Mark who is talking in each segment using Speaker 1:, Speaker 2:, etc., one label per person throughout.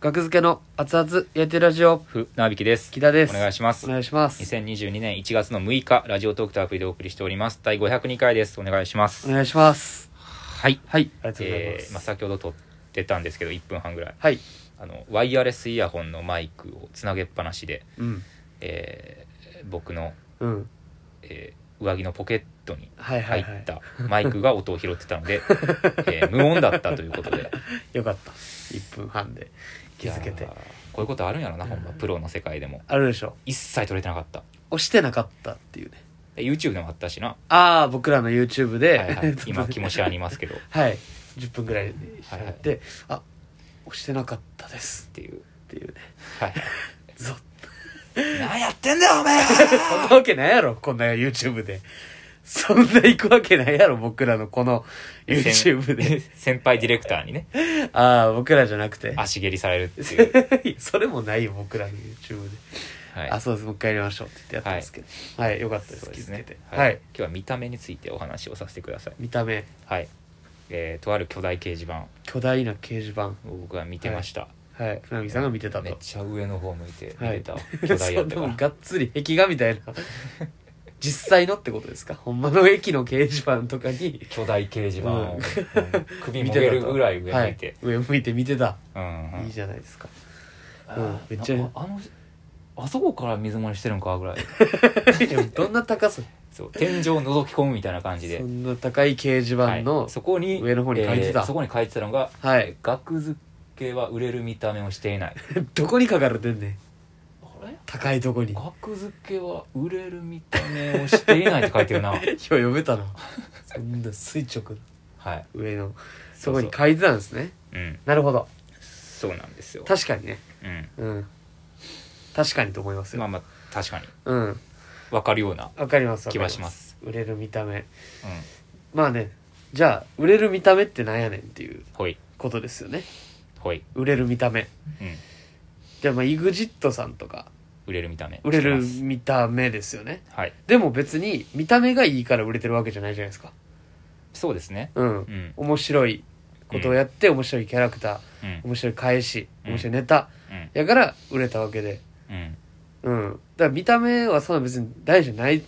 Speaker 1: 学付けの熱々やってるラジオ
Speaker 2: ふなびきです
Speaker 1: 木田です
Speaker 2: お願いします
Speaker 1: お願いします
Speaker 2: 2022年1月の6日ラジオトークとアプリでお送りしております第502回ですお願いしま
Speaker 1: お
Speaker 2: す
Speaker 1: 願いします
Speaker 2: はい
Speaker 1: はいありがとうございま
Speaker 2: え
Speaker 1: す、
Speaker 2: ーまあ、先ほど撮ってたんですけど1分半ぐらい
Speaker 1: はい
Speaker 2: あのワイヤレスイヤホンのマイクをつなげっぱなしで、
Speaker 1: うん
Speaker 2: えー僕の、
Speaker 1: うん
Speaker 2: えー上着のポケットに
Speaker 1: はいは
Speaker 2: 入
Speaker 1: いはい
Speaker 2: ったマイクが音を拾ってたので、 えー無音だったということで
Speaker 1: よかった1分半で気づけ
Speaker 2: い
Speaker 1: て
Speaker 2: やーこういうことあるんやろなほんまプロの世界でも
Speaker 1: あるでしょ
Speaker 2: 一切撮れてなかった
Speaker 1: 押してなかったっていうね
Speaker 2: で YouTube でもあったしな、
Speaker 1: ああ僕らの YouTube で、
Speaker 2: はいはい
Speaker 1: ちょっとね
Speaker 2: 今気持ちありますけど
Speaker 1: はい10分ぐらいしゃって、あ押してなかったです
Speaker 2: っていう。
Speaker 1: っていうね
Speaker 2: はい。
Speaker 1: ゾッ
Speaker 2: 何やってんだよ、お前
Speaker 1: そんなわけないやろ、こんな YouTube で。そんな行くわけないやろ、僕らのこの YouTube で。
Speaker 2: 先輩ディレクターにね、
Speaker 1: ああ、僕らじゃなくて。
Speaker 2: 足蹴りされるってい う。
Speaker 1: それもないよ、僕らの YouTube で。
Speaker 2: はい。
Speaker 1: あ、そうです、もう一回やりましょうって言ってやったんですけど。はい、よかったです、
Speaker 2: そう
Speaker 1: 気
Speaker 2: です
Speaker 1: づけ
Speaker 2: ね
Speaker 1: て。。
Speaker 2: は。
Speaker 1: はいい
Speaker 2: 今。日は見た目についてお話をさせてください。
Speaker 1: 見た目、
Speaker 2: はい。えーとある巨大掲示板
Speaker 1: 巨大な掲示板。
Speaker 2: を僕は見てました。
Speaker 1: はい、船木さんが見てた
Speaker 2: めっ
Speaker 1: と。
Speaker 2: ちゃ上の方向いて見
Speaker 1: は
Speaker 2: て
Speaker 1: い
Speaker 2: たわ。。巨
Speaker 1: そ
Speaker 2: 大やっ
Speaker 1: ん
Speaker 2: た
Speaker 1: な
Speaker 2: か
Speaker 1: も
Speaker 2: ら
Speaker 1: ん。がっつり壁画みたいな。実際のってことですかほんまの駅の掲示板とかに
Speaker 2: 巨大掲示板を、
Speaker 1: うん
Speaker 2: うん首
Speaker 1: 見
Speaker 2: も
Speaker 1: て
Speaker 2: げ
Speaker 1: た
Speaker 2: る
Speaker 1: と
Speaker 2: ぐらい上向いて。
Speaker 1: は上向いて見てた、
Speaker 2: うんうん
Speaker 1: いいじゃないですか
Speaker 2: あ
Speaker 1: うん
Speaker 2: ー
Speaker 1: めっちゃ
Speaker 2: なんかあの、あそこから水漏れしてるんかぐらい。
Speaker 1: でもどんな高さ
Speaker 2: そう。天井を覗き込むみたいな感じで
Speaker 1: そ。んな高い掲示板
Speaker 2: は
Speaker 1: の
Speaker 2: い、そこに
Speaker 1: 上の方に書いてた
Speaker 2: えーそこに書いてたのが
Speaker 1: はい、
Speaker 2: 「額付けは売れる見た目をしていない」
Speaker 1: どこにかかるてんねん
Speaker 2: あれ
Speaker 1: 高いとこによ
Speaker 2: 額付けは売れる見た目をしていないって書いて るな
Speaker 1: う読めたなそんな垂直な
Speaker 2: はい
Speaker 1: 上の
Speaker 2: そ
Speaker 1: そうこ
Speaker 2: そう
Speaker 1: に書いてたんですね
Speaker 2: うん
Speaker 1: なるほど
Speaker 2: そうなんですよ、
Speaker 1: 確かにね
Speaker 2: うん、
Speaker 1: うん確かにと思いますよ、
Speaker 2: まあまあ確かに
Speaker 1: うん
Speaker 2: 分かるような
Speaker 1: わかりますわか
Speaker 2: 気
Speaker 1: りま
Speaker 2: は
Speaker 1: す
Speaker 2: します
Speaker 1: 売れる見た目
Speaker 2: うん
Speaker 1: まあねじゃあ売れる見た目ってなんやねんっていう
Speaker 2: ほい
Speaker 1: ことですよね
Speaker 2: ほい、
Speaker 1: 売れる見た目
Speaker 2: うん、
Speaker 1: じゃあまあ EXIT さんとか
Speaker 2: 売れる見た目
Speaker 1: 売れ
Speaker 2: して
Speaker 1: る
Speaker 2: ます
Speaker 1: 見た目ですよね
Speaker 2: はい
Speaker 1: でも別に見た目がいいから売れてるわけじゃないじゃないですか
Speaker 2: そうですね
Speaker 1: うん
Speaker 2: うん
Speaker 1: 面白いことをやって、面白いキャラクタ
Speaker 2: うん
Speaker 1: ー面白い返し
Speaker 2: うん
Speaker 1: 面白いネタ、
Speaker 2: うん
Speaker 1: やから売れたわけで
Speaker 2: うん
Speaker 1: うんだから見た目はそんな別に大事じゃない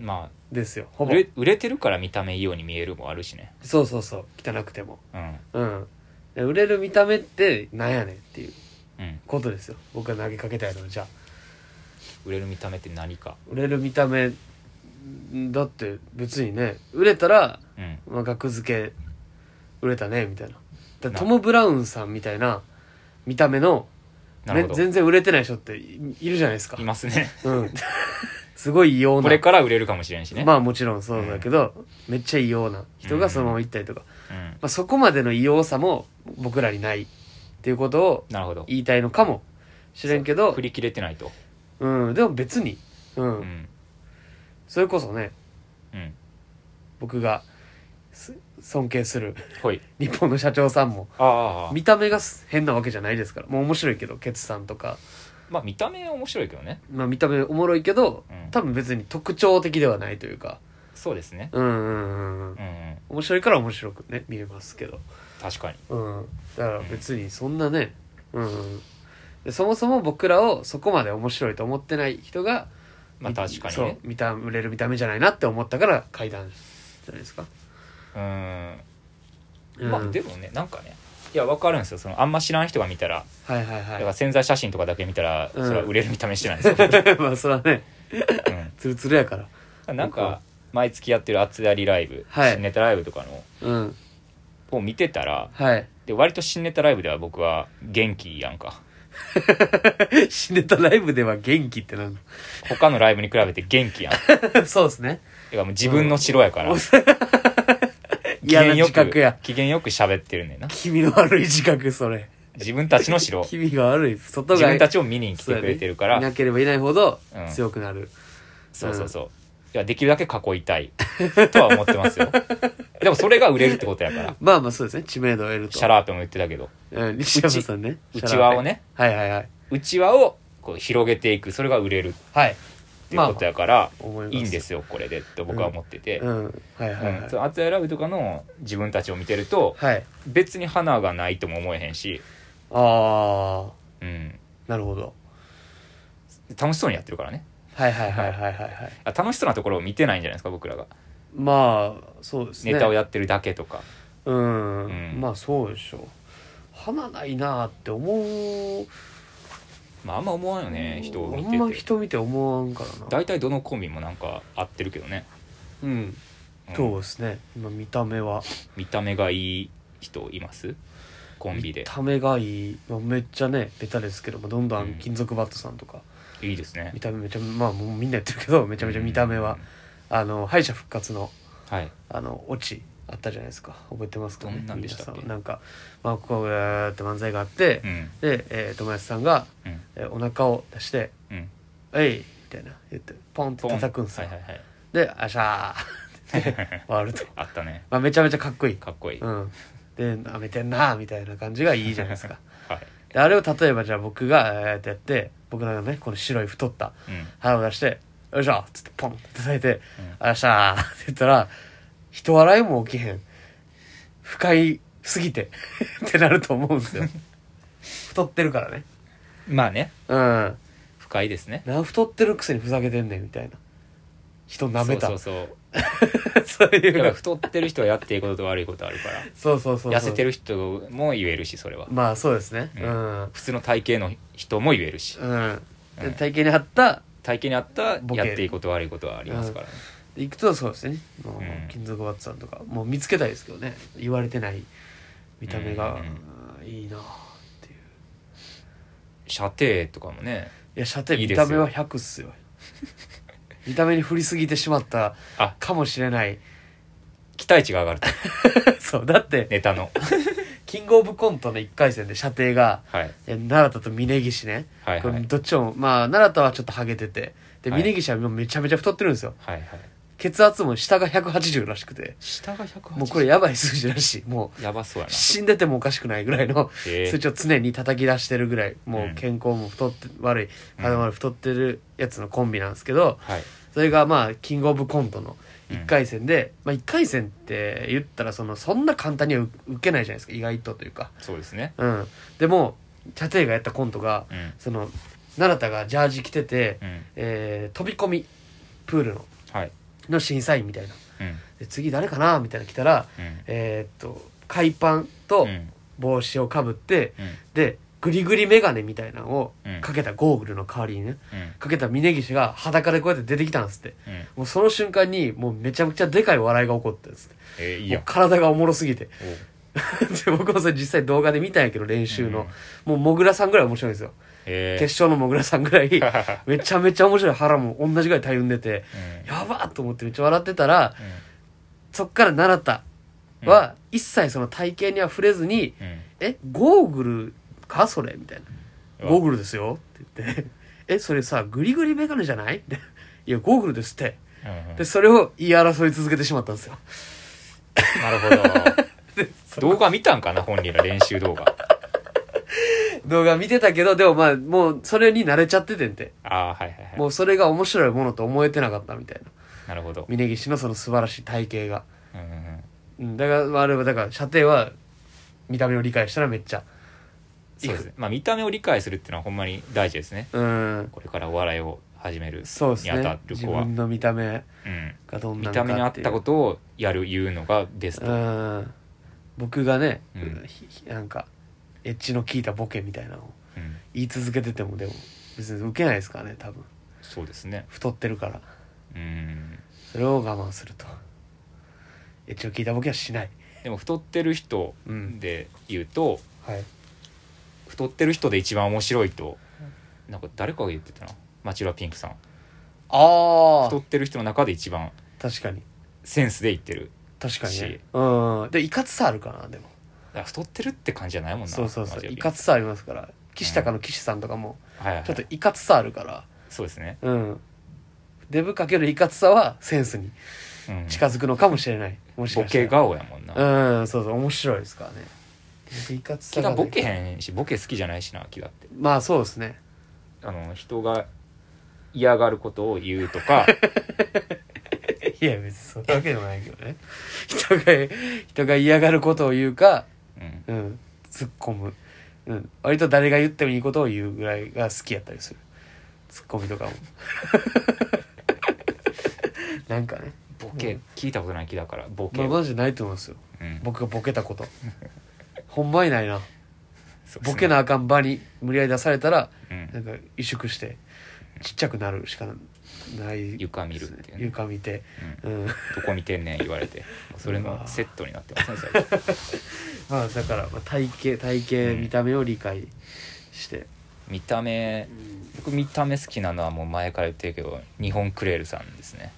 Speaker 2: ま
Speaker 1: ですよ
Speaker 2: あ
Speaker 1: ほぼ
Speaker 2: 売れ売れてるから見た目いいように見えるもあるしね
Speaker 1: そうそうそう汚くても
Speaker 2: うん
Speaker 1: うんで売れる見た目ってなんやねんっていう
Speaker 2: うん
Speaker 1: ことですよ僕が投げかけたいのはじゃあ
Speaker 2: 売れる見た目って何か
Speaker 1: 売れる見た目んだって別にね売れたら、
Speaker 2: うん
Speaker 1: まあ、額付け売れたねみたいなだから
Speaker 2: な
Speaker 1: トム・ブラウンさんみたいな見た目の
Speaker 2: なる
Speaker 1: め
Speaker 2: ほど
Speaker 1: 全然売れてない人っていいるじゃないですか
Speaker 2: いますね
Speaker 1: うん、 すごい異様な
Speaker 2: これから売れるかもしれんしね、
Speaker 1: まあもちろんそうだけど、めっちゃ異様な人がそのまま行ったりとか、
Speaker 2: うん
Speaker 1: まあ、そこまでの異様さも僕らにないっていうことを
Speaker 2: なるほど
Speaker 1: 言いたいのかもしれんけど
Speaker 2: 振、り切れてないと
Speaker 1: うん、でも別に、うん
Speaker 2: うん
Speaker 1: それこそね
Speaker 2: うん
Speaker 1: 僕がす尊敬する
Speaker 2: ほい
Speaker 1: 日本の社長さんも
Speaker 2: ああああ
Speaker 1: 見た目がす変なわけじゃないですからもう面白いけどケツさんとか、
Speaker 2: まあ見た目は面白いけどね
Speaker 1: まあ、見た目おもろいけど、
Speaker 2: うん
Speaker 1: 多分別に特徴的ではないというか
Speaker 2: そうですね
Speaker 1: うんうんうんうん
Speaker 2: うん、うん、
Speaker 1: 面白いから面白くね見れますけど
Speaker 2: 確かに
Speaker 1: うんだから別にそんなねうんでそもそも僕らをそこまで面白いと思ってない人が
Speaker 2: まあ
Speaker 1: み
Speaker 2: 確かに
Speaker 1: そう
Speaker 2: ね
Speaker 1: 見た売れる見た目じゃないなって思ったから階段じゃないですか、
Speaker 2: うん
Speaker 1: うん、
Speaker 2: まあでもねなんかねいやわかるんですよそのあんま知らん人が見たら、
Speaker 1: はいはいは
Speaker 2: だ
Speaker 1: い
Speaker 2: から潜在写真とかだけ見たら、
Speaker 1: うん
Speaker 2: それは売れる見た目してないです よ、
Speaker 1: まあそれはねツルツルやから
Speaker 2: うん、なんか毎月やってる「熱やりライブ」
Speaker 1: はい
Speaker 2: 新ネタライブ」とかの
Speaker 1: うん
Speaker 2: を見てたら
Speaker 1: はい
Speaker 2: で割と新ネタライブでは僕は元気やんか
Speaker 1: 新ネタライブでは元気ってなん
Speaker 2: 他のライブに比べて元気やん
Speaker 1: の そうですね
Speaker 2: てかもう自分の城やから、機
Speaker 1: 嫌な
Speaker 2: 嫌よ
Speaker 1: 自覚
Speaker 2: く
Speaker 1: や
Speaker 2: 機嫌よく喋ってるねんな
Speaker 1: 君の悪い自覚それ
Speaker 2: 自分たち の城
Speaker 1: 君が悪い外
Speaker 2: 自
Speaker 1: が
Speaker 2: 分たちを見に来てくれてるから
Speaker 1: いなければいないほど
Speaker 2: うん
Speaker 1: 強くなる、
Speaker 2: そうそうそう、いやできるだけ囲いたい とは思ってますよでもそれが売れるってことやから
Speaker 1: まあまあそうですね知名度を得ると
Speaker 2: シャラーペも言ってたけど
Speaker 1: うん西山さんね
Speaker 2: うち
Speaker 1: シャラーペ
Speaker 2: うちわをね
Speaker 1: はいはいはい
Speaker 2: 内輪をこう広げていくそれが売れるっ
Speaker 1: はい
Speaker 2: ていうことやから、
Speaker 1: まあ思います
Speaker 2: いいんですよこれでって僕は思ってて、うん
Speaker 1: うんはいはいはい、
Speaker 2: その「アツヤラブ」とかの自分たちを見てると
Speaker 1: はい
Speaker 2: 別に花がないとも思えへんし
Speaker 1: ああ
Speaker 2: うん、
Speaker 1: なるほど
Speaker 2: 楽しそうにやってるからね
Speaker 1: はいはいはいはいはいはい
Speaker 2: あ楽しそうなところを見てないんじゃないですか僕らが
Speaker 1: まあそうですね
Speaker 2: ネタをやってるだけとか、
Speaker 1: うん、
Speaker 2: うん
Speaker 1: まあそうでしょう花ないなって思う
Speaker 2: まああんま思わんよね人を見
Speaker 1: あんま
Speaker 2: てて
Speaker 1: 人見て思わんからな
Speaker 2: 大体どのコンビもなんか合ってるけどね、
Speaker 1: うん
Speaker 2: うん
Speaker 1: そうですね、まあ、見た目は
Speaker 2: 見た目がいい人いますコンビ
Speaker 1: 見
Speaker 2: で
Speaker 1: た目がいい、まあ、めっちゃねベタですけど、まあ、どんど
Speaker 2: うんん
Speaker 1: 金属バットさんとか、
Speaker 2: いいですね
Speaker 1: 見た目めちゃまあもうみんなやってるけどめちゃめちゃ見た目は、あの敗者復活の
Speaker 2: うんはい
Speaker 1: あのオチあったじゃないですか覚えてますかね
Speaker 2: どんなんでしたっけ
Speaker 1: 皆さんなんか、まあ、ここがって漫才があって、
Speaker 2: うん
Speaker 1: で、えー、友達さんが、
Speaker 2: うん
Speaker 1: えーお腹を出して
Speaker 2: うん
Speaker 1: 「えい!」みたいな言ってポンって叩くんですよ、
Speaker 2: はいはいはい
Speaker 1: で「あしゃー」って言って終わると、
Speaker 2: あったね
Speaker 1: まあ、めちゃめちゃかっこいい
Speaker 2: かっこいい、
Speaker 1: う
Speaker 2: はい
Speaker 1: んでなめてんなーみたいな感じがいいじゃないですかであれを例えばじゃあ僕がえーってやって僕のねこの白い太った
Speaker 2: うん
Speaker 1: 腹を出して「よいしょ!」っつってポンって叩いて
Speaker 2: うん
Speaker 1: 「あらっしゃー」って言ったら人笑いも起きへん不快すぎて ってなると思うんです よ太ってるからね
Speaker 2: まあね
Speaker 1: うん
Speaker 2: 不快ですね
Speaker 1: な太ってるくせにふざけてんねんみたいな人舐めた
Speaker 2: そ
Speaker 1: そうう
Speaker 2: そうそ う
Speaker 1: い
Speaker 2: だから
Speaker 1: う
Speaker 2: 太ってる人はやっていいことと悪いことあるから
Speaker 1: そうそうそうそう
Speaker 2: 痩せてる人も言えるしそれは
Speaker 1: まあそうですねう
Speaker 2: うん普通の体型の人も言えるし
Speaker 1: うん、で
Speaker 2: うん
Speaker 1: 体型に合った
Speaker 2: 体型に合った
Speaker 1: ボケ
Speaker 2: やっていいこと悪いことはありますからね、
Speaker 1: 行くとそうですねもう、
Speaker 2: うん
Speaker 1: 金属バットさんとかもう見つけたいですけどね言われてない見た目が、うんいいなっていう
Speaker 2: 射程とかもね
Speaker 1: いや射程
Speaker 2: いい
Speaker 1: 見
Speaker 2: ですよ
Speaker 1: た目は100っす よ見た目に振りすぎてしまった
Speaker 2: あ
Speaker 1: かもしれ ない
Speaker 2: 期待値が上 がると
Speaker 1: そうだって、
Speaker 2: ネタの
Speaker 1: キングオブコントの1回戦で射程が
Speaker 2: はい
Speaker 1: え奈良田と峯岸ね、
Speaker 2: はい
Speaker 1: こ
Speaker 2: は
Speaker 1: れ
Speaker 2: い
Speaker 1: どっちもまあ奈良田はちょっとハゲててで
Speaker 2: はい
Speaker 1: 峯岸はもうめちゃめちゃ太ってるんですよ
Speaker 2: はいはい
Speaker 1: 血圧も下が180らしくて
Speaker 2: 下が180
Speaker 1: もうこれやばい数字らしいもう
Speaker 2: やばそうやな
Speaker 1: 死んでてもおかしくないぐらいの
Speaker 2: え
Speaker 1: 数値を常に叩き出してるぐらいも
Speaker 2: う
Speaker 1: うん健康も太って悪い体も悪い太ってるやつのコンビなんですけど
Speaker 2: はい
Speaker 1: それがまあキングオブコントの
Speaker 2: うん
Speaker 1: 1回戦で、まあ、1回戦って言ったらそのそんな簡単には受受けないじゃないですか意外とというか、
Speaker 2: そうですね
Speaker 1: うん、でもチャテイがやったコントが
Speaker 2: うん
Speaker 1: その奈良田がジャージ着てて、
Speaker 2: うん
Speaker 1: えー飛び込みプールの
Speaker 2: はい
Speaker 1: の審査員みたいな
Speaker 2: うん
Speaker 1: で次誰かなみたいなの来たら
Speaker 2: うん
Speaker 1: えーっと海パン
Speaker 2: う
Speaker 1: と
Speaker 2: ん
Speaker 1: 帽子をかぶって、
Speaker 2: うん
Speaker 1: でグリグリ眼鏡みたいなのを
Speaker 2: うん
Speaker 1: かけたゴーグルの代わりにね
Speaker 2: うん
Speaker 1: かけた峯岸が裸でこうやって出てきたんですって
Speaker 2: うん
Speaker 1: もうその瞬間にもうめちゃくちゃでかい笑いが起こったんですって
Speaker 2: えーいい
Speaker 1: もう
Speaker 2: や
Speaker 1: 体がおもろすぎて
Speaker 2: おう
Speaker 1: で僕もそれ実際動画で見たんやけど練習の、もうもぐらさんぐらい面白いんですよ
Speaker 2: え
Speaker 1: 決勝のもぐらさんぐら い
Speaker 2: ー
Speaker 1: めちゃめちゃ面白い腹も同じぐらいたゆんでて
Speaker 2: うん
Speaker 1: やばーと思ってめっちゃ笑ってたら
Speaker 2: うん
Speaker 1: そっから習ったは一切その体型には触れずに
Speaker 2: うん
Speaker 1: 「えゴーグルかそれ」みたいな「ゴーグルですよ」って言って「えそれさグリグリメガネじゃない?」って「いやゴーグルですって」
Speaker 2: うんうん
Speaker 1: でそれを言い争い続けてしまったんです よ
Speaker 2: なるほど動画見たんかな本人ら練習動画
Speaker 1: 動画見てたけどでもまあもうそれに慣れちゃっててんて
Speaker 2: ああーはいはいはい
Speaker 1: もうそれが面白いものと思えてなかったみたいな
Speaker 2: なるほど、
Speaker 1: 峯岸のその素晴らしい体型が、
Speaker 2: うんうんうん、
Speaker 1: うん、だからまああれはだから射程は見た目を理解したらめっちゃ
Speaker 2: そうですねまあ見た目を理解するっていうのはほんまに大事ですね
Speaker 1: うん
Speaker 2: これからお笑いを始める
Speaker 1: そうです
Speaker 2: にあた
Speaker 1: ね
Speaker 2: る
Speaker 1: 自
Speaker 2: 子は、
Speaker 1: 分の見た目
Speaker 2: うん、
Speaker 1: がどん
Speaker 2: 見
Speaker 1: なの
Speaker 2: た
Speaker 1: か
Speaker 2: 目に合った
Speaker 1: と
Speaker 2: ことをやる言うのがベスト、
Speaker 1: うん僕がね、
Speaker 2: うん
Speaker 1: ひひなんかエッジの効いたボケみたいなのを
Speaker 2: うん
Speaker 1: 言い続けててもでも別に受けないですからね多分
Speaker 2: そうですね
Speaker 1: 太ってるから
Speaker 2: うん
Speaker 1: それを我慢するとエッジの効いたボケはしない
Speaker 2: でも太ってる人
Speaker 1: うん
Speaker 2: で言うと、
Speaker 1: はい
Speaker 2: 太ってる人で一番面白いとなんか誰かが言ってたなマチュラピンクさん
Speaker 1: あ
Speaker 2: 太ってる人の中で一番
Speaker 1: 確かに
Speaker 2: センスで言ってる
Speaker 1: 確かにね
Speaker 2: し
Speaker 1: うんでいかつさあるかなでも
Speaker 2: だから太ってるって感じじゃないもんな
Speaker 1: そうそうそ
Speaker 2: マ
Speaker 1: う
Speaker 2: チュラ
Speaker 1: い
Speaker 2: ピン
Speaker 1: かつさありますから岸高の岸さんとかも
Speaker 2: はいはい
Speaker 1: ちょっといかつさあるから
Speaker 2: そうですね、
Speaker 1: うんデブかけるいかつさはセンスに
Speaker 2: うん、
Speaker 1: 近づくのかもしれないもし
Speaker 2: ボ
Speaker 1: かしたら
Speaker 2: ケ顔やもんな、
Speaker 1: うんそうそう面白いですからね生活
Speaker 2: キダボケへんしボケ好きじゃないしなキダって
Speaker 1: まあそうですね
Speaker 2: あの人が嫌がることを言う とか
Speaker 1: いや別にそういうわけでもないけ どね人が人が嫌がることを言うか
Speaker 2: うん
Speaker 1: うん突っ込むうん、割と誰が言ってもいいことを言うぐらいが好きやったりするツッコミとかも なんかね
Speaker 2: ボケ、
Speaker 1: うん
Speaker 2: 聞いたことない気だからボケ
Speaker 1: まあ
Speaker 2: を、
Speaker 1: マジでないと思うんですよ
Speaker 2: うん
Speaker 1: 僕がボケたこと ほんまにないな
Speaker 2: そうです
Speaker 1: ボ
Speaker 2: ね
Speaker 1: ケなあかん場に無理やり出されたら
Speaker 2: うん
Speaker 1: なんか萎縮してちっちゃくなるしかない
Speaker 2: 床見るっていうね
Speaker 1: 床見て、
Speaker 2: う
Speaker 1: うん、
Speaker 2: どこ見てんねん言われてもうそれ
Speaker 1: う
Speaker 2: の
Speaker 1: わ
Speaker 2: セットになってますね最 近
Speaker 1: まあだからまあ体型体型
Speaker 2: うん
Speaker 1: 見た目を理解して、
Speaker 2: 見た目僕見た目好きなのはもう前から言ってるけど日本クレールさんですね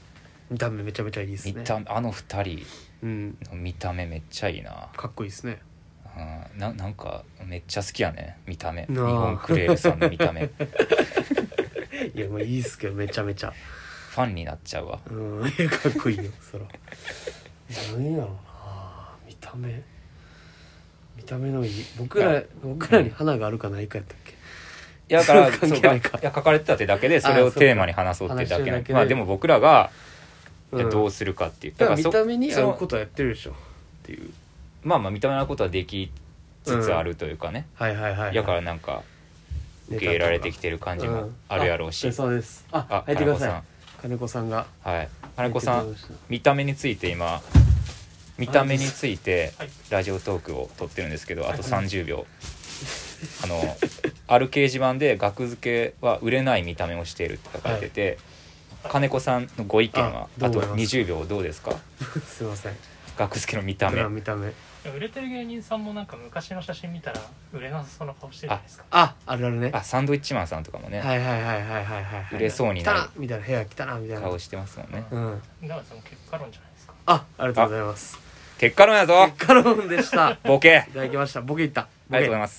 Speaker 1: 見た目めちゃめちゃいいです
Speaker 2: 見
Speaker 1: ね
Speaker 2: たあの二人
Speaker 1: うん
Speaker 2: の見た目めっちゃいいな
Speaker 1: かっこいいですね
Speaker 2: うんななんかめっちゃ好きやね見た目日
Speaker 1: なあ
Speaker 2: 本クレールさんの見た目 フ
Speaker 1: いやまあいいっすけどめちゃめちゃ
Speaker 2: ァンになっちゃうわ
Speaker 1: うんいやかっこいいよそら何やろうな見た目見た目のいい僕
Speaker 2: い
Speaker 1: ら
Speaker 2: や
Speaker 1: 僕らに花があるかないかやったっけ
Speaker 2: いやだか ら
Speaker 1: 関係
Speaker 2: そうが
Speaker 1: ない
Speaker 2: い
Speaker 1: か
Speaker 2: や書かれてたってだけでそれ
Speaker 1: あ
Speaker 2: を
Speaker 1: あ
Speaker 2: テーマに話そうってだけ
Speaker 1: そうか
Speaker 2: な
Speaker 1: 話してるだけで
Speaker 2: まあでも僕らが
Speaker 1: うん
Speaker 2: いやどうするかっていう
Speaker 1: だから見
Speaker 2: そ
Speaker 1: た目に合うこととはやってるでしょっていう
Speaker 2: まあまあ見た目のことはできつつあるというかね
Speaker 1: はいはいはい
Speaker 2: だからなんか受け入れられてきてる感じもあるやろうし
Speaker 1: んそうですあ
Speaker 2: あ
Speaker 1: 入ってくださ
Speaker 2: 金
Speaker 1: い金子さんが
Speaker 2: はい金子さ
Speaker 1: 入ってくれ
Speaker 2: ん
Speaker 1: ました
Speaker 2: 見た目について今見た目について
Speaker 1: はい
Speaker 2: ラジオトークを撮ってるんですけどあと
Speaker 1: はい
Speaker 2: 30秒あのある掲示板で「額付けは売れない見た目をしている」って書かれてて金子さんのご意見は
Speaker 1: あど
Speaker 2: あ
Speaker 1: う思
Speaker 2: と
Speaker 1: います
Speaker 2: 20秒どうですか
Speaker 1: すいません
Speaker 2: 額付けの見た
Speaker 1: 僕
Speaker 2: 目
Speaker 1: ら見た目
Speaker 3: 売れてる芸人さんもなんか昔の写真見たら売れなさそうな顔してるじゃないですか
Speaker 1: ああるあるね
Speaker 2: あサンドウィッチマンさんとかもね、
Speaker 1: はいはいはいはいはいはい
Speaker 2: 売れそうになる
Speaker 1: 来たみたいな部屋来たなみたいな
Speaker 2: 顔してますもんね
Speaker 1: うん
Speaker 3: だからその結果論じゃないですか
Speaker 1: あありがとうございます
Speaker 2: 結果論やぞ
Speaker 1: カロンでした
Speaker 2: ボケ
Speaker 1: いただきました僕いった
Speaker 2: ありがとうございます